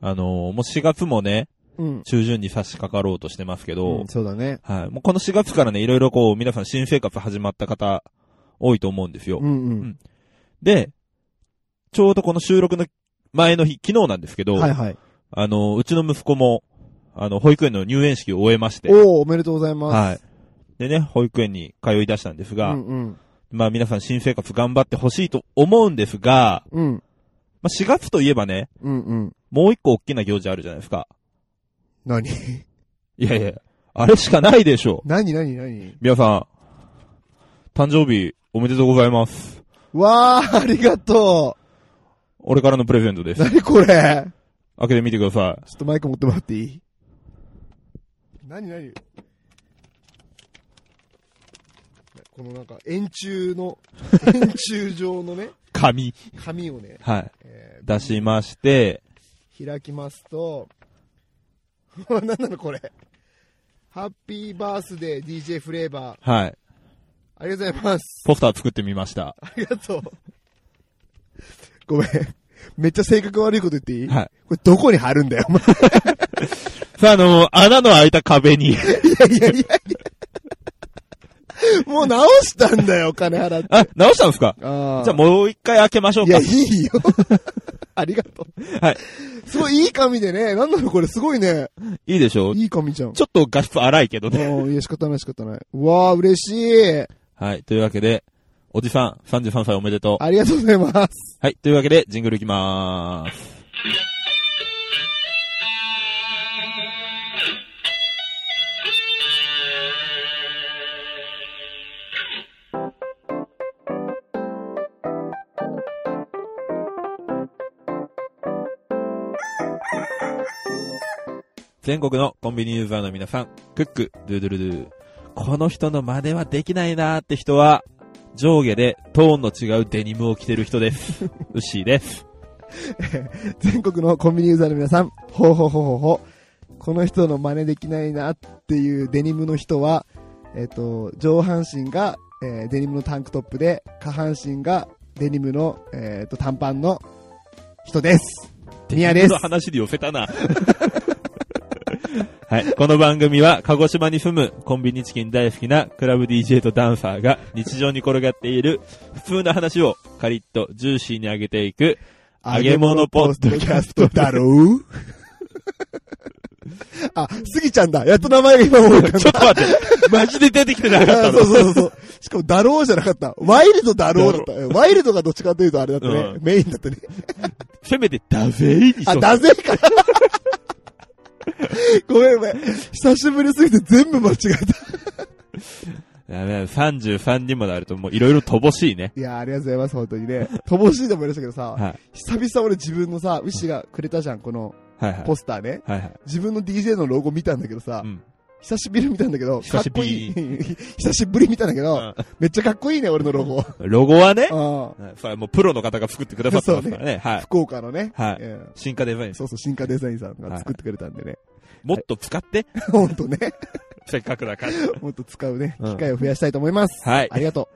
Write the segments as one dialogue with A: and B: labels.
A: あのーもう4月もね、
B: うん。
A: 中旬に差し掛かろうとしてますけど、
B: うんそうだね。
A: はい。もうこの4月からね、いろいろこう、皆さん新生活始まった方、多いと思うんですよ。
B: うんうん。
A: で、ちょうどこの収録の前の日、昨日なんですけど、
B: はいはい。
A: あのーうちの息子も、あの、保育園の入園式を終えまして、
B: おおおめでとうございます。
A: はい。でね、保育園に通い出したんですが、
B: うんうん。
A: まあ皆さん新生活頑張ってほしいと思うんですが、
B: うん。
A: まあ4月といえばね、
B: うんうん。
A: もう一個大きな行事あるじゃないですか。
B: 何
A: いやいや、あれしかないでしょう。
B: 何何何
A: 皆さん、誕生日おめでとうございます。
B: わー、ありがと
A: 俺からのプレゼントで
B: う。
A: す。
B: 何これち
A: 開けてみてください。
B: ょっとマイク持ってもらっていい何何このなんか、円柱 の、円柱状のね、
A: 紙。
B: 紙をね、
A: はい。
B: え
A: 出しまして、
B: ー開きますと、 何なのこれ。ハッピーバースデー DJ フレーバー。
A: はい。
B: ありがとうございます。
A: ポスター作ってみました。
B: ありがとう。ごめん。めっちゃ性格悪いこと言っていい、
A: はい
B: これどこに貼るんだよ、お前。
A: さあ、あの、穴の開いた壁 に、
B: いやいやいや。もう直したんだよ、金払って。
A: あ、直したんですか
B: あ
A: じゃあもう一回開けましょう
B: い
A: か
B: や、い。いよ。 ありがとう。
A: はい。
B: すごいいい紙でね。なんなのこれ、すごいね。
A: いいでしょう
B: いい紙じゃん。
A: ちょっと画質荒いけどね。
B: ああ、いや、仕方ない仕方ない。うわあ、嬉しい。
A: はい。というわけで、おじさん、33歳おめでとう。
B: ありがとうございます。
A: はい。というわけで、ジングルいきまーす。全国のコンビニユーザーの皆さん、クック、ドゥドゥルドゥ。この人の真似はできないなーって人は、上下でトーンの違うデニムを着てる人です。ウッシーです。
B: 全国のコンビニユーザーの皆さん、ほうほうほうほうほう。この人の真似できないなっていうデニムの人は、えっ、と、上半身が、えーデニムのタンクトップで、下半身がデニムの、えっ、と、短パンの人です。宮です
A: デニムの話で寄せたな。 はい。この番組は、鹿児島に住むコンビニチキン大好きなクラブ DJ とダンサーが日常に転がっている普通の話をカリッとジューシーに上げてい く、揚げ物ポッドキャスト
B: だろう あ、すぎちゃんだ。やっと名前が今思うか
A: ちょっと待って、マジで出てきてなかった
B: あそう
A: の。
B: そうそうそう。しかも、だろうじゃなかった。ワイルドだろうだった。ワイルドがどっちかというとあれだったね。
A: うん
B: メインだったね。
A: せめてダゼイにし
B: あ、
A: と
B: だぜか。ごめんごめん。久しぶりすぎて全部間違えた。
A: ダメだ33にもなるともういろいろ乏しいね。
B: いやーありがとうございます、本当にね。乏しいでもいましたけどさ、
A: はい。
B: 久々俺自分のさ、ウシがくれたじゃん、この
A: はいはい。
B: ポスターね。
A: はいはい。
B: 自分の DJ のロゴ見たんだけどさ、
A: うん。
B: 久しぶりに見たんだけど、か
A: 久
B: っ
A: しぶ
B: こいい。
A: り
B: 久しぶりに見たんだけど、めっちゃかっこいいね、俺のロ ゴ。
A: ロゴはね、
B: あ
A: はいそれはもうプロの方が作ってくださってますからね。は
B: あ
A: い。
B: 福岡のね。
A: はい
B: うん
A: 進化デザインです。
B: そうそう、進化デザインさんが作ってくれたんでね。
A: もっと使って、
B: ほんとね、
A: せっかくだから。
B: もっと使うね、
A: うん
B: 機会を増やしたいと思います。
A: はい
B: あ。りがと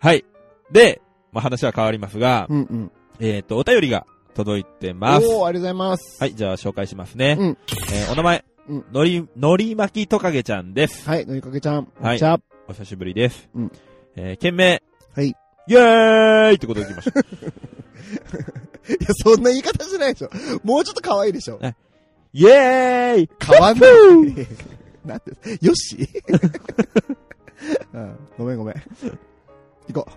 A: はい。で、まあ、話は変わりますが
B: う。、うんうん。
A: えっと、お便りが届いて
B: お
A: ます。
B: ー、ありがとうございます。
A: はい、じゃあ紹介しますね。
B: うん
A: えーお名前
B: うん、
A: のり、のり巻きトカゲちゃんです。
B: はい、のりかけちゃん。
A: はい
B: じゃあ、
A: お久しぶりです。
B: うん
A: えー、件名。
B: はい。
A: イェーイってことできました。
B: いや、そんな言い方しないでしょ。もうちょっと可愛いで しょ。
A: イェーイ
B: 変わんない。 なんで、よ し、うん、ごめんごめん。行こ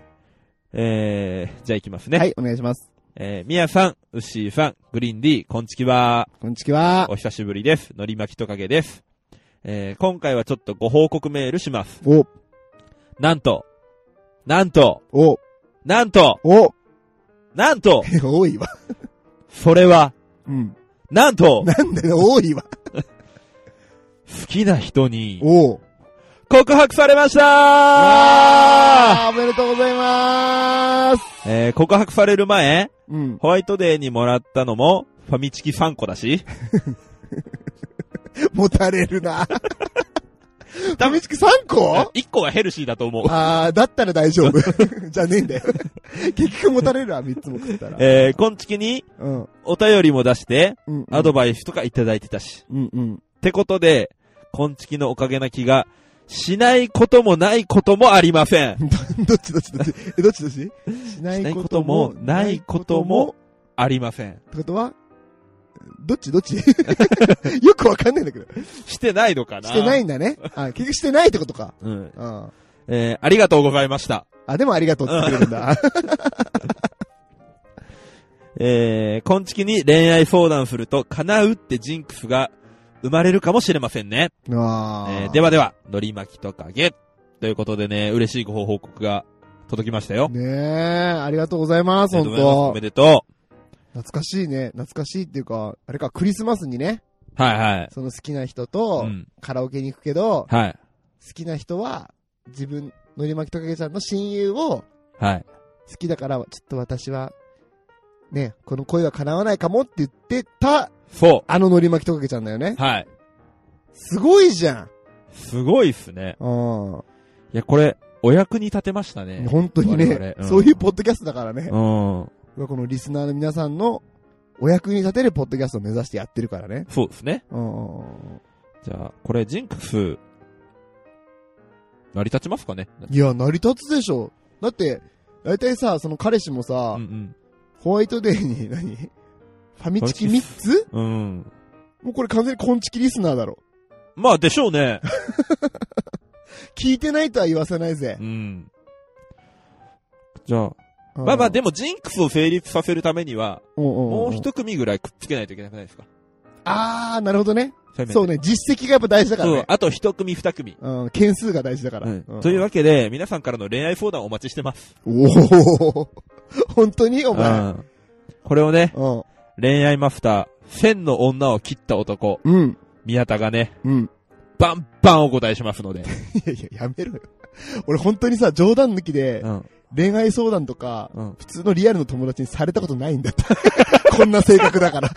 A: えー、じゃあ行きます
B: う。
A: ね。
B: はい、お願いします。
A: えー、みやさん、うっしーさん、グリーンディー、こんちきは。
B: こんちきは。
A: お久しぶりです。のりまきとかげです。えー、今回はちょっとご報告メールします。
B: お、
A: なんと、なんと、
B: お、
A: なんと、
B: お、
A: なんと、
B: 多いわ。
A: それは、
B: うん。
A: なんと、
B: なんで多いわ。
A: 好きな人に
B: おう。
A: 告白されました
B: あーおめでとうございます。
A: えー、告白される前、
B: うん。
A: ホワイトデーにもらったのも、ファミチキ3個だし、
B: 持たれるな。ダメチキ3個
A: 1個はヘルシーだと思う。
B: あー、だったら大丈夫。じゃねえんだよ。 結局持たれるわ、3つも食ったら。
A: えー、こんちきに
B: うん。
A: お便りも出して、
B: うん。
A: アドバイスとかいただいてたし。
B: うんうん。
A: ってことで、こんちきのおかげな気が、しないこともないこともありません。
B: どっちどっちどっちえ、どっちどっちしな
A: しないい
B: こ
A: ことと
B: も
A: も、、ないことも。、ありません。
B: ってことは、どっちどっち よくわかんないんだけど。
A: してないのかな
B: してないんだね。あ、結局してないってことか。
A: うん。
B: うん。
A: えー、ありがとうございました。
B: あ、でもありがとうって言ってくれる んだ。
A: えー、こんちきに恋愛相談すると叶うってジンクスが生まれるかもしれませんね。
B: あ
A: え
B: ー
A: ー、ではでは、のり巻きとかげ。ということでね、嬉しいご報告が届きましたよ。
B: ねえ、ありがとうございます、
A: あり
B: 本
A: がとうございますお
B: 当
A: めでと
B: 懐かしいね。懐かしいっていうか、あれか、クリスマスにね、
A: う。はいはい。
B: その好きな人
A: う
B: と
A: ん。
B: カラオケに行くけど、
A: はい。
B: 好きな人は、自分、のりまきとかげちゃんの親友を
A: はい。
B: 好きだから、ちょっと私は、ね、この恋は叶わないかもって言ってた、
A: そ
B: あののりまきとかげちゃんだよね
A: う。。はい。
B: すごいじゃん。
A: すごいっすね。
B: うん。
A: いや、これ、お役に立てましたね。
B: 本当にね
A: 我々、うん
B: そういうポッドキャストだからね。
A: うん。
B: このリスナーの皆さんのお役に立てるポッドキャストを目指してやってるからね。
A: そうですね。
B: うん。
A: じゃあ、これ、ジンクス、成り立ちますかね
B: いや、成り立つでしょ。だって、大体さ、その彼氏もさ、
A: うん
B: ホワイトデーに何、ファミチキ3つ
A: うん。うん。
B: もうこれ完全にコンチキリスナーだろ。
A: まあ、でしょうね。
B: 聞いてないとは言わせないぜ
A: う。ん。じゃあ、
B: うん
A: まあまあ、でも、ジンクスを成立させるためには、
B: も
A: もう一組ぐらいくっつけないといけなくないですか
B: あー、なるほどね。
A: そう
B: そうね、実績がやっぱ大事だから
A: そう
B: ね、。
A: あと一組二組。
B: うん、件数が大事だから。
A: うんという
B: わ
A: わけで、皆さんからの恋愛相談をお待ちしてます。
B: おー、本当にお前。
A: うんこれをね、
B: うん。
A: 恋愛マスター、千の女を切った男、
B: うん。
A: 宮田がね、
B: うん。
A: バンバンお答えしますので。
B: いやいや、やめろよ。俺本当にさ、冗談抜きで
A: う、ん。
B: 恋愛相談とか、
A: うん。
B: 普通のリアルの友達にされたことないんだって。 こんな性格だから。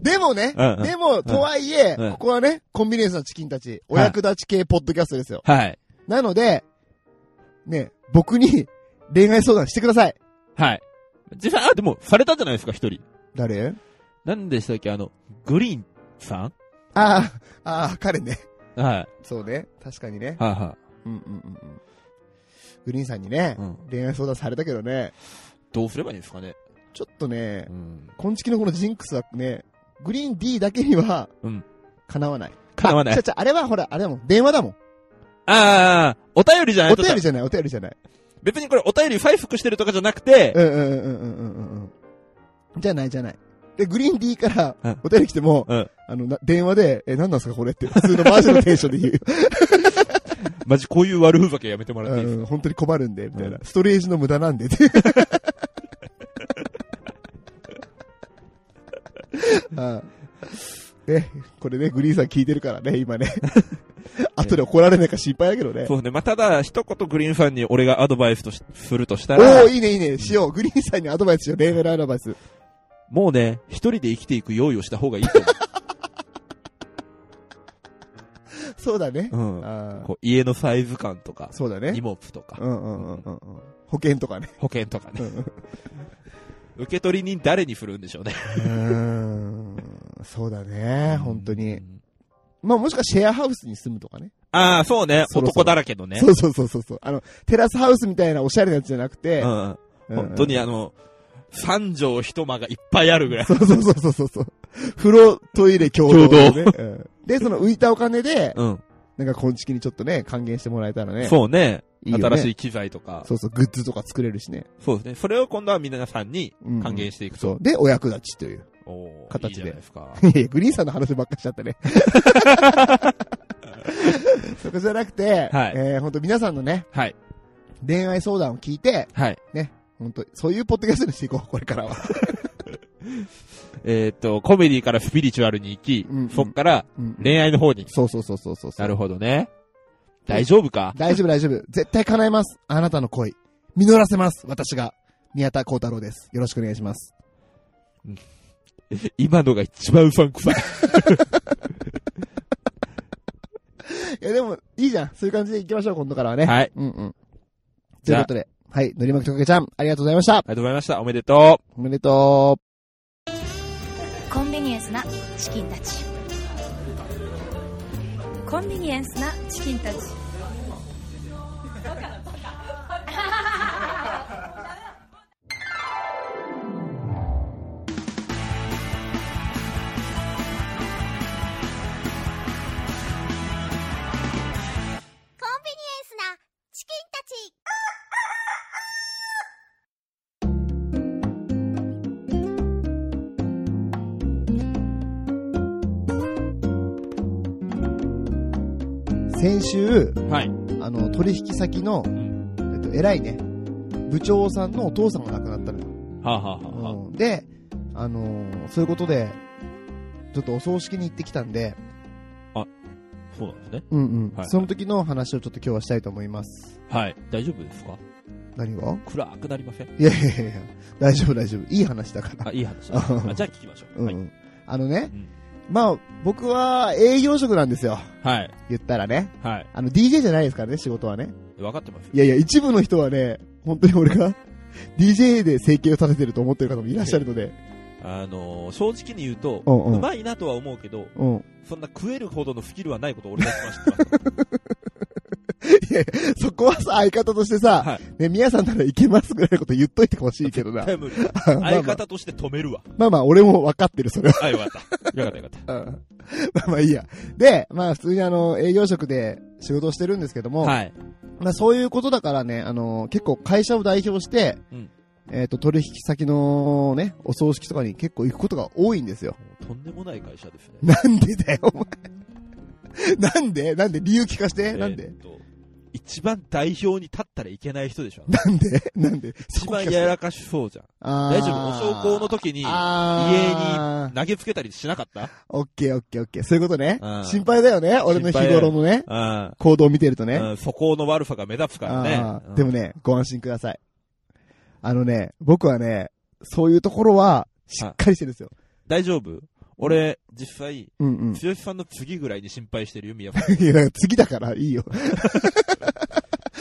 B: でもね、
A: うんうん
B: でも、とはいえ、
A: うん
B: ここはね、コンビネーションのチキンたち、お
A: はい
B: 役立ち系ポッドキャストですよ。
A: はい。
B: なので、ね、僕に 恋愛相談してください。
A: はい。実際、あ、でも、されたじゃないですか、一人。
B: 誰
A: なんでしたっけ、あの、グリーンさん
B: ああ、ああ、彼ね。
A: はい。
B: そうね、確かにね。
A: はいは
B: うんうんうんうん。グリーンさんにね、
A: い。うん。
B: 恋愛相談されたけどね、
A: どうすればいいんですかね。
B: ちょっとね
A: う、ん。
B: 今月のこのジンクスはね、グリーン D だけには、
A: うん
B: 叶わない。
A: 叶わな
B: あ
A: い
B: 違う。違う、あれはほら、あれだもん。電話だもん。
A: ああ、お便りじゃない
B: お
A: と。
B: 便りじゃない、お便りじゃない。
A: 別にこれお便り回復してるとかじゃなくて、
B: うんうんうんうんうんうんうん。じゃない、じゃない。で、グリーン D から
A: うん
B: お便り来ても、
A: うん
B: あの、な電話で、え、何なんすかこれって、普通のマジのテンションで言う。
A: マジこういう悪ふざけやめてもらっ
B: う
A: ていいです
B: ん、うん本当に困るんで、みたいな。
A: う
B: ストレージの無駄なん で、って。あね、これね、グリーンさん聞いてるから ね、今ね。後で怒られないか心配だけどね
A: か。そうね。まあ、ただ、一言グリーンさんに俺がアドバイスとしするとした
B: お
A: ら
B: お、ーいいね、いいね。しよう。グリーンさんにアドバイスしよう。恋愛のアドバイス。
A: もうね、一人で生きていく用意をした方がいいと
B: そうだね。
A: 思う。うん。
B: あー
A: こう、家のサイズ感とか、
B: そうだ
A: 荷
B: ね。
A: 物とか、
B: うんうんうんうんうん。保険とかね。
A: 保険とかね
B: う。ん
A: 受け取り人誰に振るんでしょうね。
B: うん。 そうだね。本当に。。まあもしかシェアハウスに住むとかね。
A: ああ、そうね。
B: そろそろ
A: 男だらけのね。
B: そうそうそうそうそう。あの、テラスハウスみたいなおしゃれなやつじゃなくて、
A: うんうん。
B: うんうん
A: 本当にあの、三畳一間がいっぱいあるぐらい。
B: そうそうそうそうそうそう。風呂、トイレ共同で、ね。うんで、その浮いたお金で、
A: うん。
B: なんか昆虫にちょっとね、還元してもらえたらね。
A: そうね。
B: いいよね。
A: 新し
B: い。
A: い機材とか。
B: そうそう、グッズとか作れるしね。
A: そうですね。それを今度は皆さんに
B: うん
A: 還元していくと。
B: そう。で、お役立ちという。
A: おー
B: 形で
A: いいじゃないですか。
B: いやいや、グリーンさんの話ばっかりしちゃっ たね。そこじゃなくて、
A: はい
B: えー、本当皆さんのね、
A: はい。
B: 恋愛相談を聞いて、
A: はい。
B: 本当そういうポッドキャストにしていこう、これからは。
A: えーっと、コメディからスピリチュアルに行き、
B: うんうん
A: そっから
B: うん
A: 恋愛の方に。
B: そうそうそうそうそうそう。
A: なるほどね。大丈夫か
B: 大丈夫大丈夫。絶対叶えます。あなたの恋。実らせます。私が。宮田幸太郎です。よろしくお願いします。
A: 今のが一番うさんくさい。
B: いや、でも、いいじゃん。そういう感じでいきましょう、今度からはね。
A: はい。
B: うんうん。ということで、はい、のりまきとかけちゃん、ありがとうございました。
A: りがとうございました。おめでと
B: おめでとう。
C: コンビニエンスなチキンたちコンビニエンスなチキンたち
D: コンビニエンスなチキンたち
B: 先週、
A: う。はい。
B: あの、取引先の、
A: ん
B: えっと、偉いね、部長さんのお父さんが亡くなったのよ。
A: はあ、はあはあは
B: うんで、あのーそういうことで、ちょっとお葬式に行ってきたんで、
A: あ、そうなんですね。
B: うんうん
A: はい
B: その時の話をちょっと今日はしたいと思います。
A: はい。大丈夫ですか
B: 何が
A: 暗くなりません。
B: いやいやいやいや大丈夫大丈夫。いい話だから。
A: あ、いい話だ。あじゃあ聞きましょう。
B: うん、
A: はい。
B: あのね、
A: うん
B: まあ、僕は営業職なんですよ。
A: はい。
B: 言ったらね。
A: はい。
B: あの、DJ じゃないですからね、仕事はね。
A: 分かってますよ。
B: いやいや、一部の人はね、本当に俺が DJ で生計を立ててると思ってる方もいらっしゃるので。
A: あのー、正直に言うと、
B: うんう
A: うんまいなとは思うけど、
B: うん。
A: そんな食えるほどのスキルはないことを俺たちは知ってます。
B: そこはさ、相方としてさ、
A: はい
B: ね、宮さんならいけますぐらいのこと言っといてほしいけど な。
A: 絶対無理。
B: まあまあ
A: 相方として止めるわ。
B: まあまあ、俺も分かってる、それは。
A: あ、よかった。よかったよかった。
B: うんまあまあいいや。で、まあ普通にあの、営業職で仕事をしてるんですけども、
A: はい。
B: まあそういうことだからね、あの、結構会社を代表して、
A: うん
B: えっ、と、取引先のね、お葬式とかに結構行くことが多いんですよ。
A: とんでもない会社ですね。
B: なんでだよ、お前。 なんでなんで理由聞かして、なん
A: え
B: で
A: ーっと一番代表に立ったらいけない人でしょ。
B: なんでなんで
A: 一番やらかしそうじゃん。大
B: 大
A: 丈夫お焼香の時に
B: あー
A: 投げつけたりしなかった
B: オッケーオッケーオッケー。そういうことね
A: うん。
B: 心配だよね。俺の日頃のね、
A: うん
B: 行動を見てるとね。
A: うん。素行の悪さが目立つから
B: あ
A: ね
B: ー。でも
A: ね、
B: ね、ご安心ください。あのね、僕はね、そういうところは、しっかりしてるんですよ。
A: 大丈夫俺、実際、
B: うんうん。
A: 剛さんの次ぐらいに心配してるよ、宮本。
B: いや、だから次だからいいよ。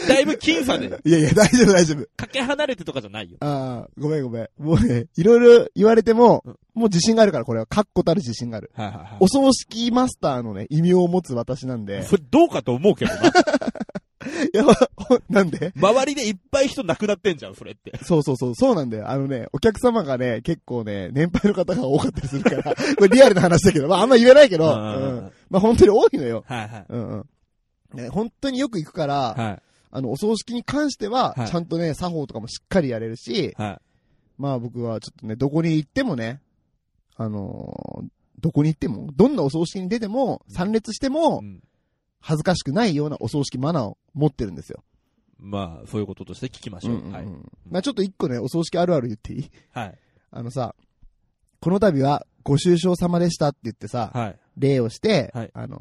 A: だいぶ僅差で、
B: いやいや、大丈夫大丈夫。
A: かけ離れてとかじゃないよ。
B: ああ、ごめんごめん。もうね、いろいろ言われても
A: うん、
B: もう自信があるから、これは。確固たる自信がある。
A: はいはいはい
B: お葬式マスターのね、異名を持つ私なんで。
A: それどうかと思うけどな。
B: いや、ほなんで
A: 周りでいっぱい人亡くなってんじゃん、それって。
B: そうそうそう、そうなんだよ。あのね、お客様がね、結構ね、年配の方が多かったりするから、 これリアルな話だけど、まああんま言えないけど、う
A: うんうんうん
B: ん。まあ本当に多いのよ。
A: はいはい。
B: うんうん。ね、本当によく行くから、
A: は
B: あの、お葬式に関しては、
A: はい
B: ちゃんとね、作法とかもしっかりやれる
A: い。
B: し、
A: はい。
B: まあ僕はちょっとね、どこに行ってもね、あのーどこに行っても、どんなお葬式に出ても、参列しても
A: う、ん
B: 恥ずかしくないようなお葬式マナーを持ってるんですよ。
A: まあ、そういうこととして聞きまし
B: う
A: ょ
B: ん
A: う。
B: うんうん
A: はい。
B: まあちょっと一個ね、お葬式あるある言っていい
A: はい。
B: あのさ、この度はご愁傷様でしたって言ってさ、
A: はい。
B: 礼をして、
A: はい
B: あの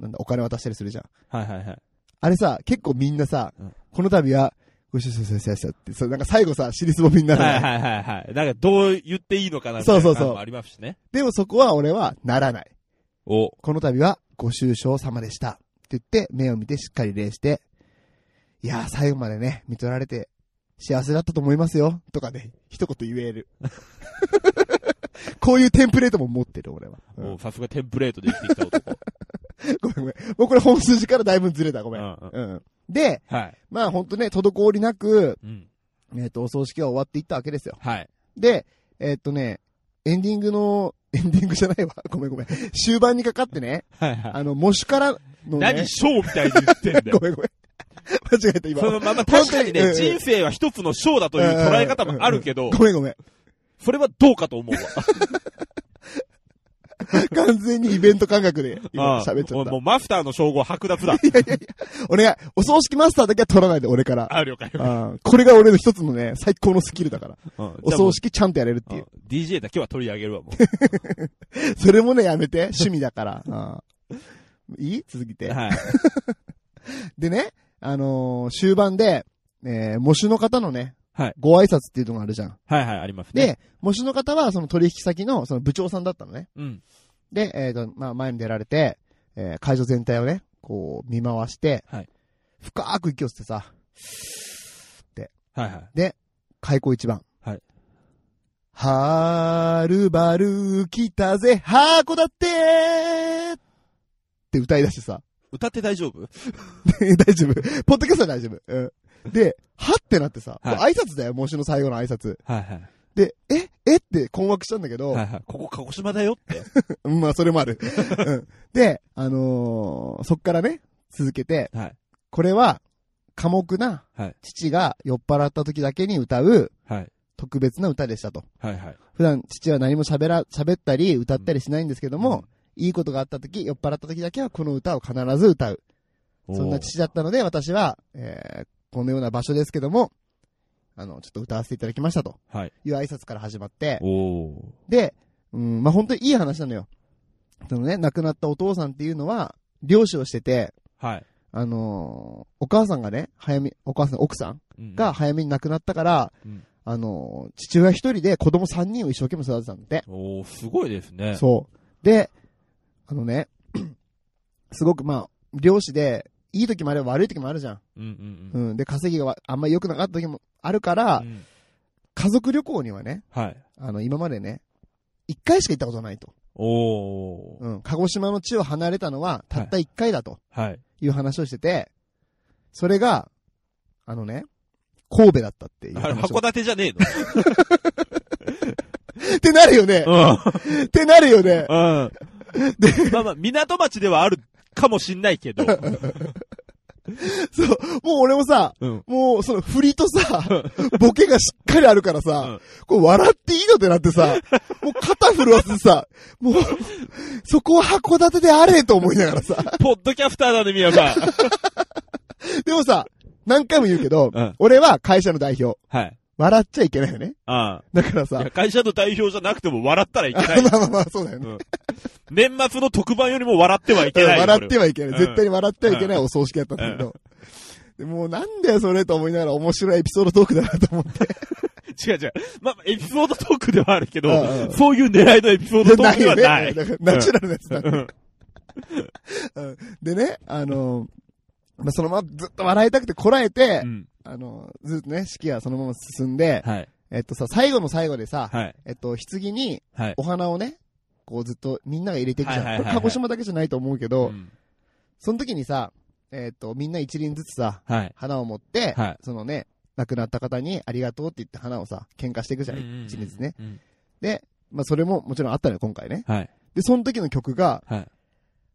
B: ーなんだ、お金渡したりするじゃん。
A: はいはい はい。
B: あれさ、結構みんなさ、
A: うん
B: この度は、ご主人先生って、そう、なんか最後さ、尻すぼみになるの
A: は
B: よ、
A: いはいはいはい。なんかどう言っていいのかなみた
B: そ
A: いうな
B: そうそう
A: 感もありますしね。
B: でもそこは俺は、ならない。
A: お、
B: この度は、ご愁傷様でした。って言って、目を見てしっかり礼して、いやー、最後までね、見とられて、幸せだったと思いますよ。とかね、一言言える。 こういうテンプレートも持ってる、俺は。うん
A: もうさすがテンプレートで生きてきた男。
B: ごめんごめん。もうこれ本筋からだいぶずれた、ご
A: う
B: めん。
A: んうん
B: うん。で、
A: はい。
B: まあほんとね、滞りなく、
A: うん。
B: えっ、と、お葬式は終わっていったわけですよ。
A: はい。
B: で、えーっとね、エンディングの、エンディングじゃないわ。ごめんごめん。終盤にかかってね、
A: はい はい。
B: あの、模試からのね。
A: 何ショーみたいに言ってんだ
B: ご
A: よ。
B: めんごめん。間違えた、今。
A: そのまま確かに
B: 本
A: ね、
B: 当に
A: 人生は一つのショーだという捉え方もあるけど
B: うん、ごめんごめん。
A: それはどうかと思うわ。
B: 完全にイベント感覚で 今
A: ああ
B: 喋っちゃっ
A: もう
B: た。
A: マスターの称号剥奪だ。
B: お願い。お葬式マスターだけは取らないで、俺から。
A: あ、了解。
B: うんこれが俺の一つのね、最高のスキルだから。
A: うん
B: お葬式ちゃんとやれるっ
A: じ
B: て
A: ゃあ
B: い
A: も
B: う
A: う。うん DJ だけは取り上げるわ、も
B: それもね、やめて。趣味だから。うんいい続け
A: う。
B: て。
A: はい。
B: でね、あのー終盤で、えー、模試の方のね、
A: はい
B: ご挨拶っていうのがあるじゃん。
A: はいはい、ありますね。
B: で、模試の方はその取引先のその部長さんだったのね。
A: うん。
B: で、えっ、と、まあ前に出られて、えー会場全体をね、こう見回して、
A: はい
B: 深く息を吸ってさ、
A: はいはい。
B: 開口一番。
A: はい。
B: はるばる来たぜ、函館って歌い出してさ。
A: 歌って大丈夫
B: 大丈夫。ポッドキャストは大丈夫。うん。で、はってなってさ、
A: はい
B: もう挨拶だよ、模試の最後の挨拶。
A: はいはい。
B: で、ええって困惑したんだけど、
A: はいはい。ここ鹿児島だよって。
B: うんまあ、それもある。うん、で、あのーそっからね、続けて、
A: はい。
B: これは、寡黙な
A: はい。
B: 父が酔っ払った時だけに歌う
A: はい。
B: 特別な歌でしたと。
A: はいはい。
B: 普段父は何も喋ら、喋ったり歌ったりしないんですけども、いいことがあった時、酔っ払った時だけはこの歌を必ず歌う。そんな父だったので、私は、えーこのような場所ですけども、あの、ちょっと歌わせていただきましたと
A: はい。
B: いう挨拶から始まって、
A: おお
B: で、うん、まあ、本当にいい話なのよ。そのね、亡くなったお父さんっていうのは、漁師をしてて、
A: ー。はい。
B: あのーお母さんがね、早め、お母さん、奥さん
A: うん
B: が、早めに亡くなったから、
A: うん
B: あのー父親一人で子供三人を一生懸命育てたんだって。
A: おおすごいですね。
B: そう。で、あのね、 すごくまあ、漁師で、いい時もあれば悪い時もあるじゃん。
A: うんうん
B: う
A: うん。
B: ん。で、稼ぎがわあんまり良くなかった時もあるから、
A: うん
B: 家族旅行にはね、
A: はい。
B: あの、今までね、一回しか行ったことないと。
A: おお
B: うん。鹿児島の地を離れたのは、たった一回だと
A: はい。
B: いう話をしてて、それが、あのね、神戸だったっていう
A: あれ、
B: 話を
A: 函館じゃね
B: ってなるよね
A: えの
B: ってなるよね
A: うん。うん。で、まあまあ、港町ではあるかもしんないけ ど。
B: そう。もう俺もさ、
A: うん。
B: もう、その振りとさ、ボケがしっかりあるからさ、こう笑っていいのってなってさ、もう肩震わせてさ、もう、そこは函館であれと思いながらさ、
A: ポッドキャスターだね、宮 川。
B: でもさ、何回も言うけど、
A: うん
B: 俺は会社の代表、
A: はい。
B: 笑っちゃいけないよね。
A: あ
B: だから
A: あ。い
B: さ
A: や、会社の代表じゃなくても笑ったらいけ
B: あ
A: ない。
B: まあまあまあ、そうだよね。
A: 年末の特番よりも笑ってはいけない。
B: 笑って
A: は
B: はいけない。絶対に笑ってはいけない
A: うん
B: お葬式やったんだけど。でもうなんだよそれと思いながら面白いエピソードトークだなと思って。
A: 違う違う。まあ、エピソードトークではあるけど
B: うんうん、
A: そういう狙いのエピソードトークではない。
B: だからナチュ ラルなやつだね
A: うん
B: うんでね、あの、まあ、そのままずっと笑いたくてこらえて、
A: うん。
B: あの、ずっとね、式はそのまま進んで、
A: はい。
B: えっとさ、最後の最後でさ、
A: はい。
B: えっと、棺に
A: はい。
B: お花をね、こうずっとみんなが入れていくじゃん。
A: はいはいはいはい
B: これ鹿児島だけじゃないと思うけど、
A: うん
B: その時にさ、えっと、みんな一輪ずつさ、
A: はい。
B: 花を持って、
A: はい
B: そのね、亡くなった方にありがとうって言って花をさ、喧嘩していくじゃん、一輪ずつね。
A: うん。
B: まあ、それももちろんあったのよ、今回ね。
A: はい。
B: で、その時の曲が、
A: はい。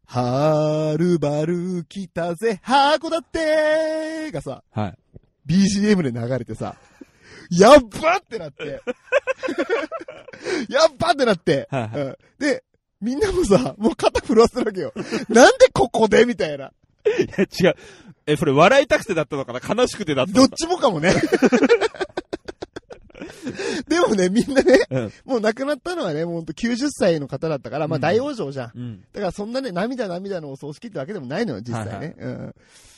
B: はるばる来たぜ、函館がさ、
A: はい。
B: BGM で流れてさ、やっばって なって、やっばってなって、
A: はいは
B: うんで、みんなもさ、もう肩震わせるわけよ。なんでここでみたいな。
A: いや、違う。え、それ笑いたくてだったのかな悲しくてだった
B: ど
A: の
B: っ
A: か
B: ちもかも ね。でもね、みんなね、
A: うん
B: もう亡くなったのはね、もうほんと90歳の方だったから、まあ
A: うん
B: 大往生じゃん。
A: うん。
B: だからそんなね、涙涙のお葬式ってわけでもないのよ、実際ね。
A: はい
B: うん。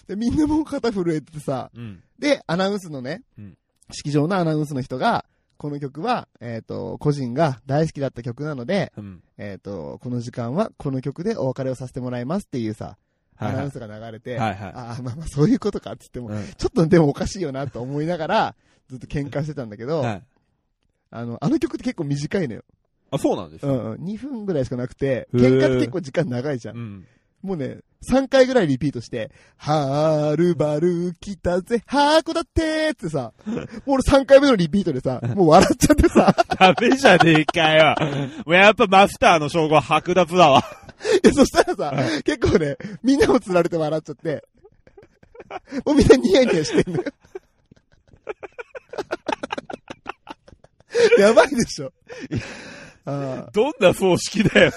B: で、みんなもう肩震えててさ、
A: うん。
B: で、アナウンスのね、
A: うん
B: 式場のアナウンスの人が、この曲は、えっ、と、個人が大好きだった曲なので、
A: うん。
B: えっ、と、この時間はこの曲でお別れをさせてもらいますっていうさ、
A: はい
B: アナ
A: は
B: ウン
A: い。
B: スが流れて、
A: はいは
B: ああ、まあまあそういうことかって言っ
A: い
B: ても、ちょっとでもおかしいよなと思いながら、ずっと喧嘩してたんだけ
A: う
B: ど、
A: ん。はい。
B: あの、あの曲って結構短いのよ。
A: あ、そうなんです
B: う
A: よ。
B: ん、うん、2分ぐらいしかなく
A: へ
B: て、
A: ー
B: 喧嘩って結構時間長いじゃん
A: う。ん。
B: もうね、3回ぐらいリピートして、はーるばる来たぜ、箱だってってさ、もう俺3回目のリピートで さ、もう笑っちゃってさ、
A: ダメじゃねえかよ。もうやっぱマスターの称号は剥奪だわ。
B: いやそしたらさ、結構ね、みんなも釣られて笑っちゃって、もうみんなニヤニヤしてんのよ。 やばいでしょ。あ
A: どんな葬式だよ。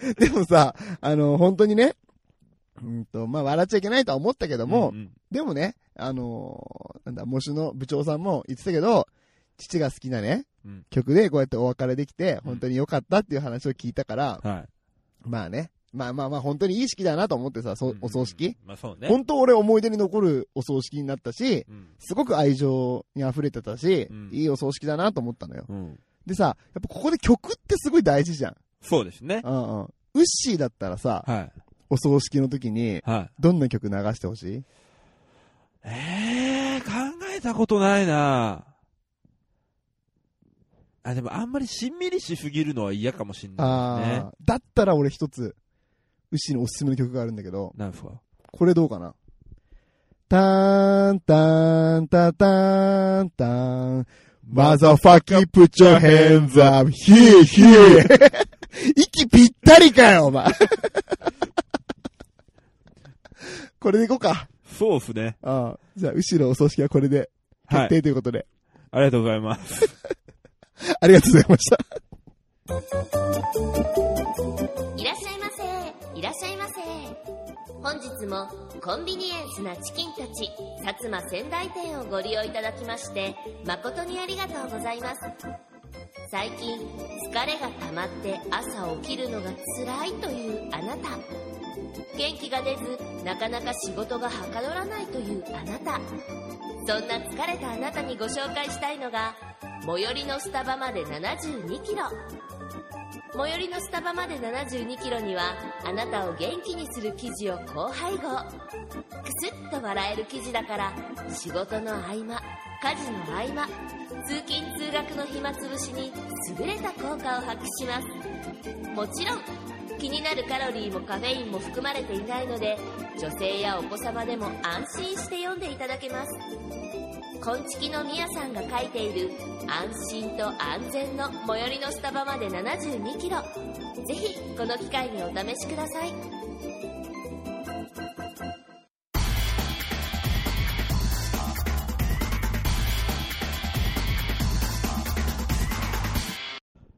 B: ーでもさ、あの、本当にね、うんと、まあ、笑っちゃいけないとは思ったけど も、
A: んん
B: でもね、あのーなんだ、模試の部長さんも言ってたけど、父が好きなね、
A: うん
B: 曲でこうやってお別れできて、本当に良かったっていう話を聞いたから、
A: はい。
B: まあね、まあまあまあ、本当にいい式だなと思ってさ、そ
A: うん
B: お葬式、
A: まあそうね。
B: 本当俺思い出に残るお葬式になったし、
A: うん。
B: すごく愛情に溢れてたし、
A: うん
B: いいお葬式だなと思ったのよ。
A: うん。
B: でさ、やっぱここで曲ってすごい大事じゃん。
A: そうですね。
B: うんうん。ウッシーだったらさ、
A: は
B: お葬式の時に、
A: い。はい。
B: どんな曲流してほしい
A: ええ考えたことないなあ、でもあんまりしんみりしすぎるのは嫌かもしん
B: あ
A: ないですね。
B: ーだったら俺一つ、牛のおすすめの曲があるんだけど、
A: なんすか
B: これどうかなターン、ターン、タターン、ターン。マザファキープチョヘンザー、ヒーヒー。息ぴったりかよ、お 前。これでいこうか。
A: そうっすね。
B: ああじゃあ、後ろお葬式はこれで
A: は
B: 決定
A: い。
B: ということで、
A: ありがとうございます。
B: ありがとうございました。
D: いらっしゃいませいらっしゃいませ本日もコンビニエンスなチキンたち薩摩仙台店をご利用いただきまして誠にありがとうございます最近疲れが溜まって朝起きるのが辛いというあなた元気が出ずなかなか仕事がはかどらないというあなたそんな疲れたあなたにご紹介したいのが最寄りのスタバまで72キロ最寄りのスタバまで7 2キロにはあなたを元気にする記事を高配合くすっと笑える記事だから仕事の合間家事の合間通勤通学の暇つぶしに優れた効果を発揮しますもちろん気になるカロリーもカフェインも含まれていないので女性やお子様でも安心して読んでいただけます昆虫のみやさんが書いている安心と安全の最寄りのスタバまで7 2キロぜひこの機会にお試しください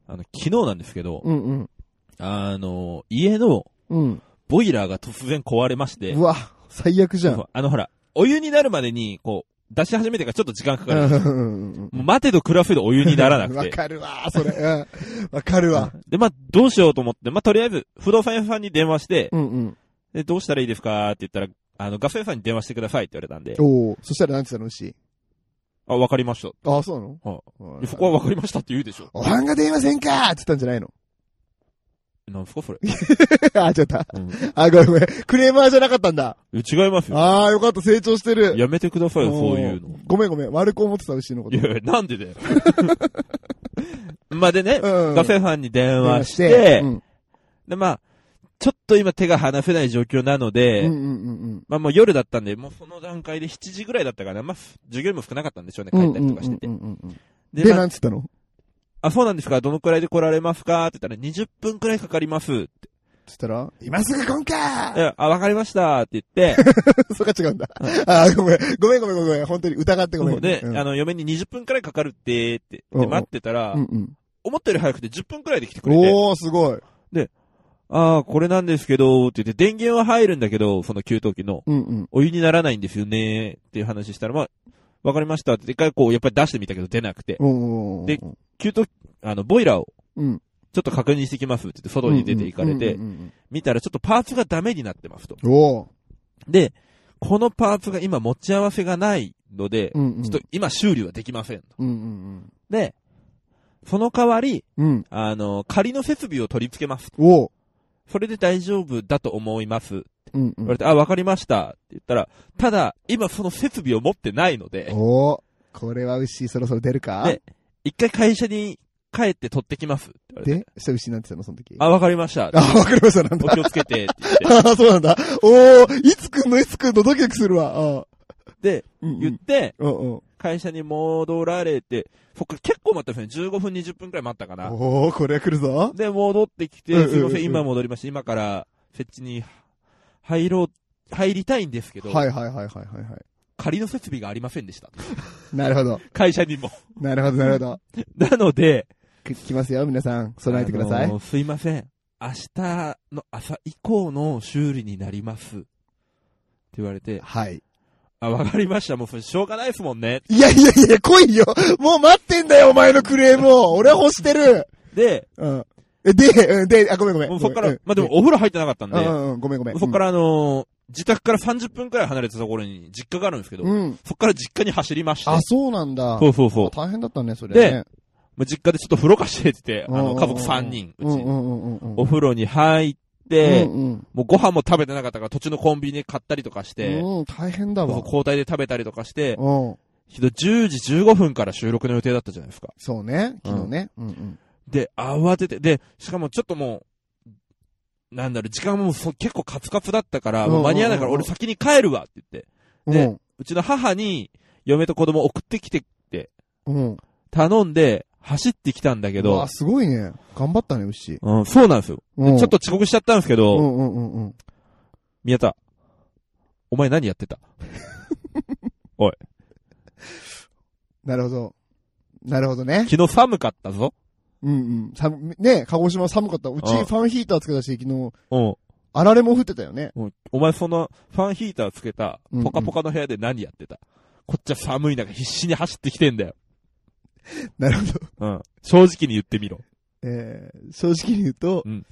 A: あの、昨日なんですけど、
B: うんうん。
A: あの、家の
B: うん。
A: ボイラーが突然壊れまして
B: う、わ、最悪じゃん。
A: あのほら、お湯になるまでに、こう、出し始めてからちょっと時間かか
B: うん
A: る。
B: うんうんうん
A: もう待てど暮らせどお湯にならなく
B: わ
A: て。
B: かるわ、それ。うんわかるわ。
A: で、まあ、どうしようと思って、まあ、とりあえず、不動産屋さんに電話して、
B: うんうん。
A: で、どうしたらいいですかって言ったら、あの、ガス屋さんに電話してくださいって言われたんで、
B: おお、そしたら何て言ったの牛。
A: あ、わかりました。
B: ああ、そうなの
A: は
B: うん
A: いやそこはわかりましたって言うでしょ。
B: おはんが出ませんかって言ったんじ ゃないの
A: なんすかそれ。
B: あ、違った。
A: うん
B: あ、ごめんごめん。クレーマーじゃなかったんだ。
A: 違いますよ。
B: ああ、よかった、成長してる。
A: やめてくださいよ、そういう
B: お
A: の
B: ー。ごめんごめん。悪く思ってた牛のこと。
A: いやいや、なんでだよ。 まあでね、
B: うん
A: ガス屋さんに電話して、
B: うん
A: で、まあ、ちょっと今手が離せない状況なの
B: うん
A: で、
B: うんうん
A: まあもう夜だったんで、もうその段階で7時ぐらいだったかな。まあ、授業にも少なかったんでしょうね、
B: うん。
A: 帰ったりとかしてて。
B: うんうんうんうん
A: で
B: で、
A: まあ
B: なんつったの
A: あ、そうなんですかどのくらいで来られますかって言ったら、20分くらいかかりますって。
B: つったら、今すぐ来んか
A: いやあ、わかりましたって言っ
B: そっか違うんだ。あーごめん。ごめんごめんごめんごめん。本当に疑 ってごめ
A: て、
B: ん。
A: で、
B: うん
A: あの、嫁に20分くらいかかるって、って、
B: うんう
A: で
B: ん
A: 待ってたら
B: う、んうん。
A: 思ったより早くて10分くらいで来てくれて、
B: おー、すごい。
A: ああ、これなんですけど、って言って、電源は入るんだけど、その給湯器の、
B: うんうん。
A: お湯にならないんですよね、っていう話したら、まあ、わかりましたって、一回こう、やっぱり出してみたけど出なくて、
B: おー
A: で給湯器、あの、ボイラーを、
B: うん。
A: ちょっと確認してきますって言って、外に出て行かれ
B: う
A: て
B: んう、ん
A: 見たらちょっとパーツがダメになってますと。
B: うんうん。おー。
A: で、このパーツが今持ち合わせがないので、
B: うんうん
A: ちょっと今修理はできませんと。
B: うんうん
A: で、その代わり、
B: うん。うん。
A: あの、仮の設備を取り付けます。
B: おー。
A: それで大丈夫だと思います。
B: うんう
A: 言
B: ん
A: われて、あ、わかりました。って言ったら、ただ、今その設備を持ってないので、
B: おー。これは牛そろそろ出るか
A: ね一回会社に帰って取ってきます。って言われて
B: で、下牛なんて言ったのその時。
A: あ、わかりました。
B: あ、わかりました、なん
A: お
B: だ。
A: 気をつけ て、って言って。
B: あ そうなんだ。おー、いつ来んのいつ来んのドキドキするわ。あ
A: で、
B: うんうん
A: 言って、
B: うんうん。
A: 会社に戻られて、そっから結構待ったんですね。15分、20分くらい待ったかな。
B: おー、これは来るぞ。
A: で、戻ってきて、
B: うんうんうん
A: すいません、今戻りました。今から、設置に入ろう、入りたいんですけど、
B: はいはいはいはいはいはい。
A: 仮の設備がありませんでした。
B: なるほど。
A: 会社にも。
B: なるほど、 なるほど。
A: なので、
B: く来ますよ、皆さん。備えてくださ
A: あ
B: い。
A: のーすいません。明日の朝以降の修理になります。って言われて、
B: はい。
A: あ、わかりました。もうそれしょうがないですもんね。
B: いやいやいや、来いよもう待ってんだよ、お前のクレームを俺は欲してる
A: で、
B: うん。えで、うんで、あ、ごめんごめん。
A: もうそっから
B: ごめん、
A: まあ、でも、お風呂入ってなかったん
B: う
A: で、
B: んうんうん、ごめんごめん。
A: そっからあのー自宅から30分くらい離れたところに実家があるんですけど、
B: うん。うん。
A: そっから実家に走りまして。
B: あ、そうなんだ。
A: そうそうそう。
B: 大変だったね、それ。
A: で、まあ、実家でちょっと風呂貸してって言って、あ
B: う
A: の、
B: ん
A: 家族3人、うち、
B: うんうんうんうんうん。
A: お風呂に入って、
B: で
A: もうご飯も食べてなかったから途中のコンビニで買ったりとかして、
B: うん、大変だわ。
A: 交代で食べたりとかして、
B: うん。
A: ひどい10時15分から収録の予定だったじゃないですか。
B: そうね、昨日ね。うんうん。
A: で、慌てて、で、しかもちょっともう、なんだろう、時間もそ結構カツカツだったから、
B: うんうんう
A: も
B: ん
A: う間に合わないから俺先に帰るわって言って、でうちの母に嫁と子供送ってきてって
B: うん。うん。
A: 頼んで走ってきたんだけ
B: う
A: ど
B: わ、、すごいね。頑張ったね、牛。
A: うん、そうなんですよ。
B: うん。
A: ちょっと遅刻しちゃったんですけ
B: う
A: ど、
B: んうんうんうん。
A: 宮田、お前何やってた
B: なるほど。なるほどね。
A: 昨日寒かったぞ。
B: うんうん。寒、ね、鹿児島寒かった。うち
A: うん
B: ファンヒーターつけたし、昨日、
A: うん。
B: あられも降ってたよ ね。
A: うんお前そのファンヒーターつけた
B: うんうん
A: ポカポカの部屋で何やってた、こっちは寒い中必死に走ってきてんだよ。
B: なるほ
A: う
B: ど。
A: ん。正直に言ってみろ。
B: えー、正直に言うと、
A: うん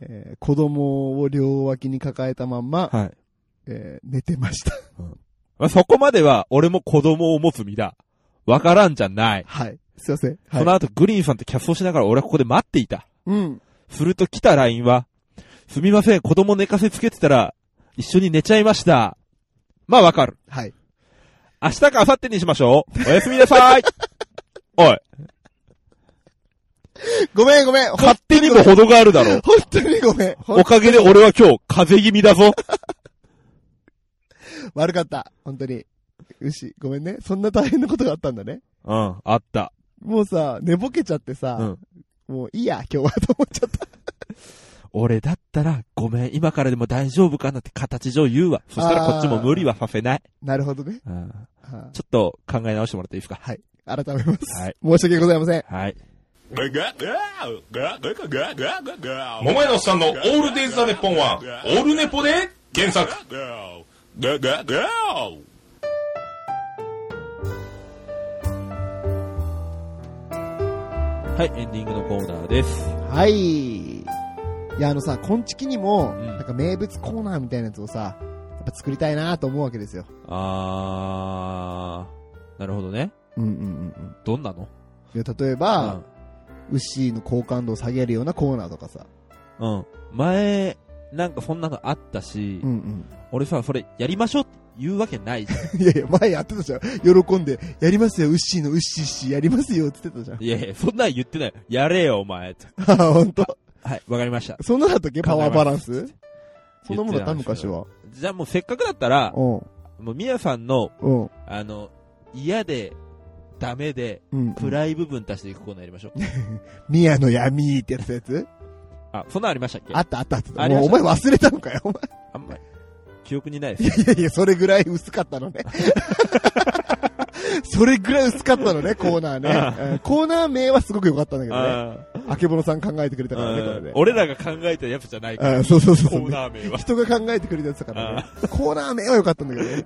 B: えー子供を両脇に抱えたまんま、
A: はい。
B: えー寝て ました。
A: まあ、そこまでは俺も子供を持つ身だ。わからんじゃない。
B: はい。すいません。は
A: そ
B: い
A: の。後グリーンさんとキャストしながら俺はここで待っていた。
B: うん。
A: すると来た LINE は、すみません、子供寝かせつけてたら、一緒に寝ちゃいました。まあわかる。
B: はい。
A: 明日か明後日にしましょう。おやすみな さい。おい、
B: ごめんごめん。
A: 勝手にも程があるだろう。
B: 本当にごめん。ほん
A: おかげで俺は今日、風邪気味だぞ。
B: 悪かった。本当に。牛、ごめんね。そんな大変なことがあったんだね。
A: うん、あった。
B: もうさ、寝ぼけちゃってさ、
A: うん
B: もういいや、今日はと思っちゃった。
A: 俺だったら、ごめん、今からでも大丈夫かなって形上言うわ。そしたらこっちも無理はさせない。
B: なるほどね。
A: うん
B: は
A: ちょっと考え直してもらっていいですか。
B: い。改めます。
A: はい。
B: 申し訳ございません。
A: はい。
E: 桃屋のおっさんのオールデイズ・ザ・ネッポンは、オールネポで検索。
A: はい、エンディングのコーナーです。
B: はい。いや、あのさ、こんちきにも、
A: ん
B: なんか名物コーナーみたいなやつをさ、やっぱ作りたいなと思うわけですよ。
A: あー、なるほどね。
B: うんうんうんうん。
A: どんなの
B: いや例えば、ウッシーの好感度を下げるようなコーナーとかさ。
A: うん。うん。前、なんかそんなのあったし、
B: うん
A: 俺さ、それやりましょうって言うわけないじゃ
B: うん。いや いや、前やってたじゃん。喜んで、やりますよ、ウッシーのウッシーシーやりますよって言ってたじゃん
A: ん。。いやいや、そんなん言ってない。やれよ、お前。
B: あ、 本当。
A: はい、わかりました。
B: そんなだったっけパ
A: 考
B: ワ
A: えます
B: ーバランスそんなものだった
A: 言ってない
B: 昔は。
A: じゃあもうせっかくだったら、
B: うん。
A: もうみやさんの、
B: うん。
A: あの、嫌で、ダメで、
B: うん。
A: 暗い部分足していくコーナーやりましょう。
B: 宮の闇ってやつやつ
A: あ、そんなんありましたっけ
B: あったあったあった。
A: ありま
B: もう
A: し
B: お
A: た
B: 前忘れたのかよ、お前。
A: あんまり。記憶にないです。
B: いやいや、それぐらい薄かった のね。それぐらい薄かったのね、コーナーね。うんコーナー名はすごく良かったんだけどね。
A: あ
B: あけぼのさん考えてくれたからね、こ
A: ー
B: れ
A: うん
B: ね。
A: 俺らが考えたやつじゃないから、
B: あそうそうそう
A: コ
B: そう。
A: ーナー名は。
B: 人が考えてくれたやつだからね。コーナー名は良かったんだけどね。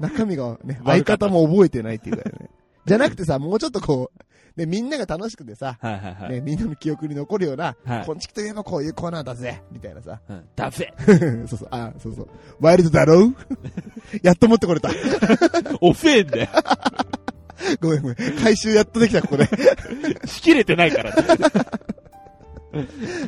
B: 中身がね、相方も覚えてないっていうからね。じゃなくてさ、もうちょっとこう、ね、みんなが楽しくてさ、
A: はいはいはい。
B: ね、みんなの記憶に残るような、
A: はい
B: こんちきといえばこういうコーナーだぜ、みたいなさ。
A: うんだぜ
B: そうそう、あ、そうそう。ワイルドだろう やっと持ってこれた。
A: おフェーンだよ。
B: ごめんごめん。回収やっとできた、ここで。
A: しきれてない から。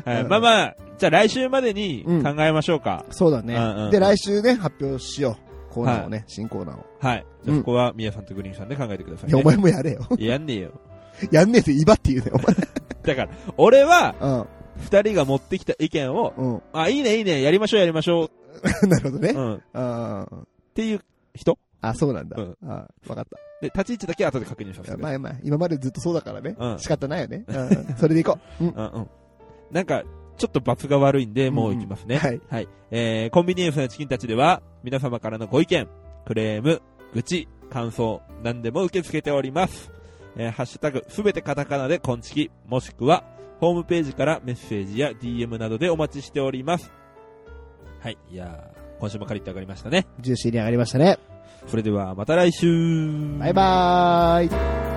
A: はい、まあまあ、じゃあ来週までに
B: うん
A: 考えましょうか。
B: そうだ
A: うんうんうん
B: ね。で、来週ね、発表しよう。コーナーをね、新コーナーを。
A: はい。じゃ
B: う
A: あ
B: ん
A: そこは、みやさんとグリーンさんで考えてください、
B: い
A: ね。
B: や、お前もやれよ。
A: やんねえよ。
B: やんねえと威張って言うね、
A: だから、俺は、
B: お前。
A: 二人が持ってきた意見を、
B: うん、うん。
A: あ、いいね、いいね、やりましょう、やりましょ
B: なるほど
A: う。
B: ね
A: う。ん。っ
B: あー
A: ていう人
B: あ、そうなんだ。
A: うん
B: あわかっ
A: で、立ち位置だけ後で確認します
B: た。
A: けど。
B: まあまあ、今までずっとそうだからね。
A: うん
B: 仕方ないよね。 うん、それでいこう。うん。
A: うんうん。なんか、ちょっと罰が悪いんで、もう行きますね。
B: うんうんはい。
A: えー、コンビニエンスのチキンたちでは、皆様からのご意見、クレーム、愚痴、感想、何でも受け付けております。えー、ハッシュタグ、すべてカタカナでコンチキ、もしくは、ホームページからメッセージや DM などでお待ちしております。はい。いやー、今週も借りて上がりましたね。
B: ジューシーに上がりましたね。
A: それでは、また来週
B: バイバーイ。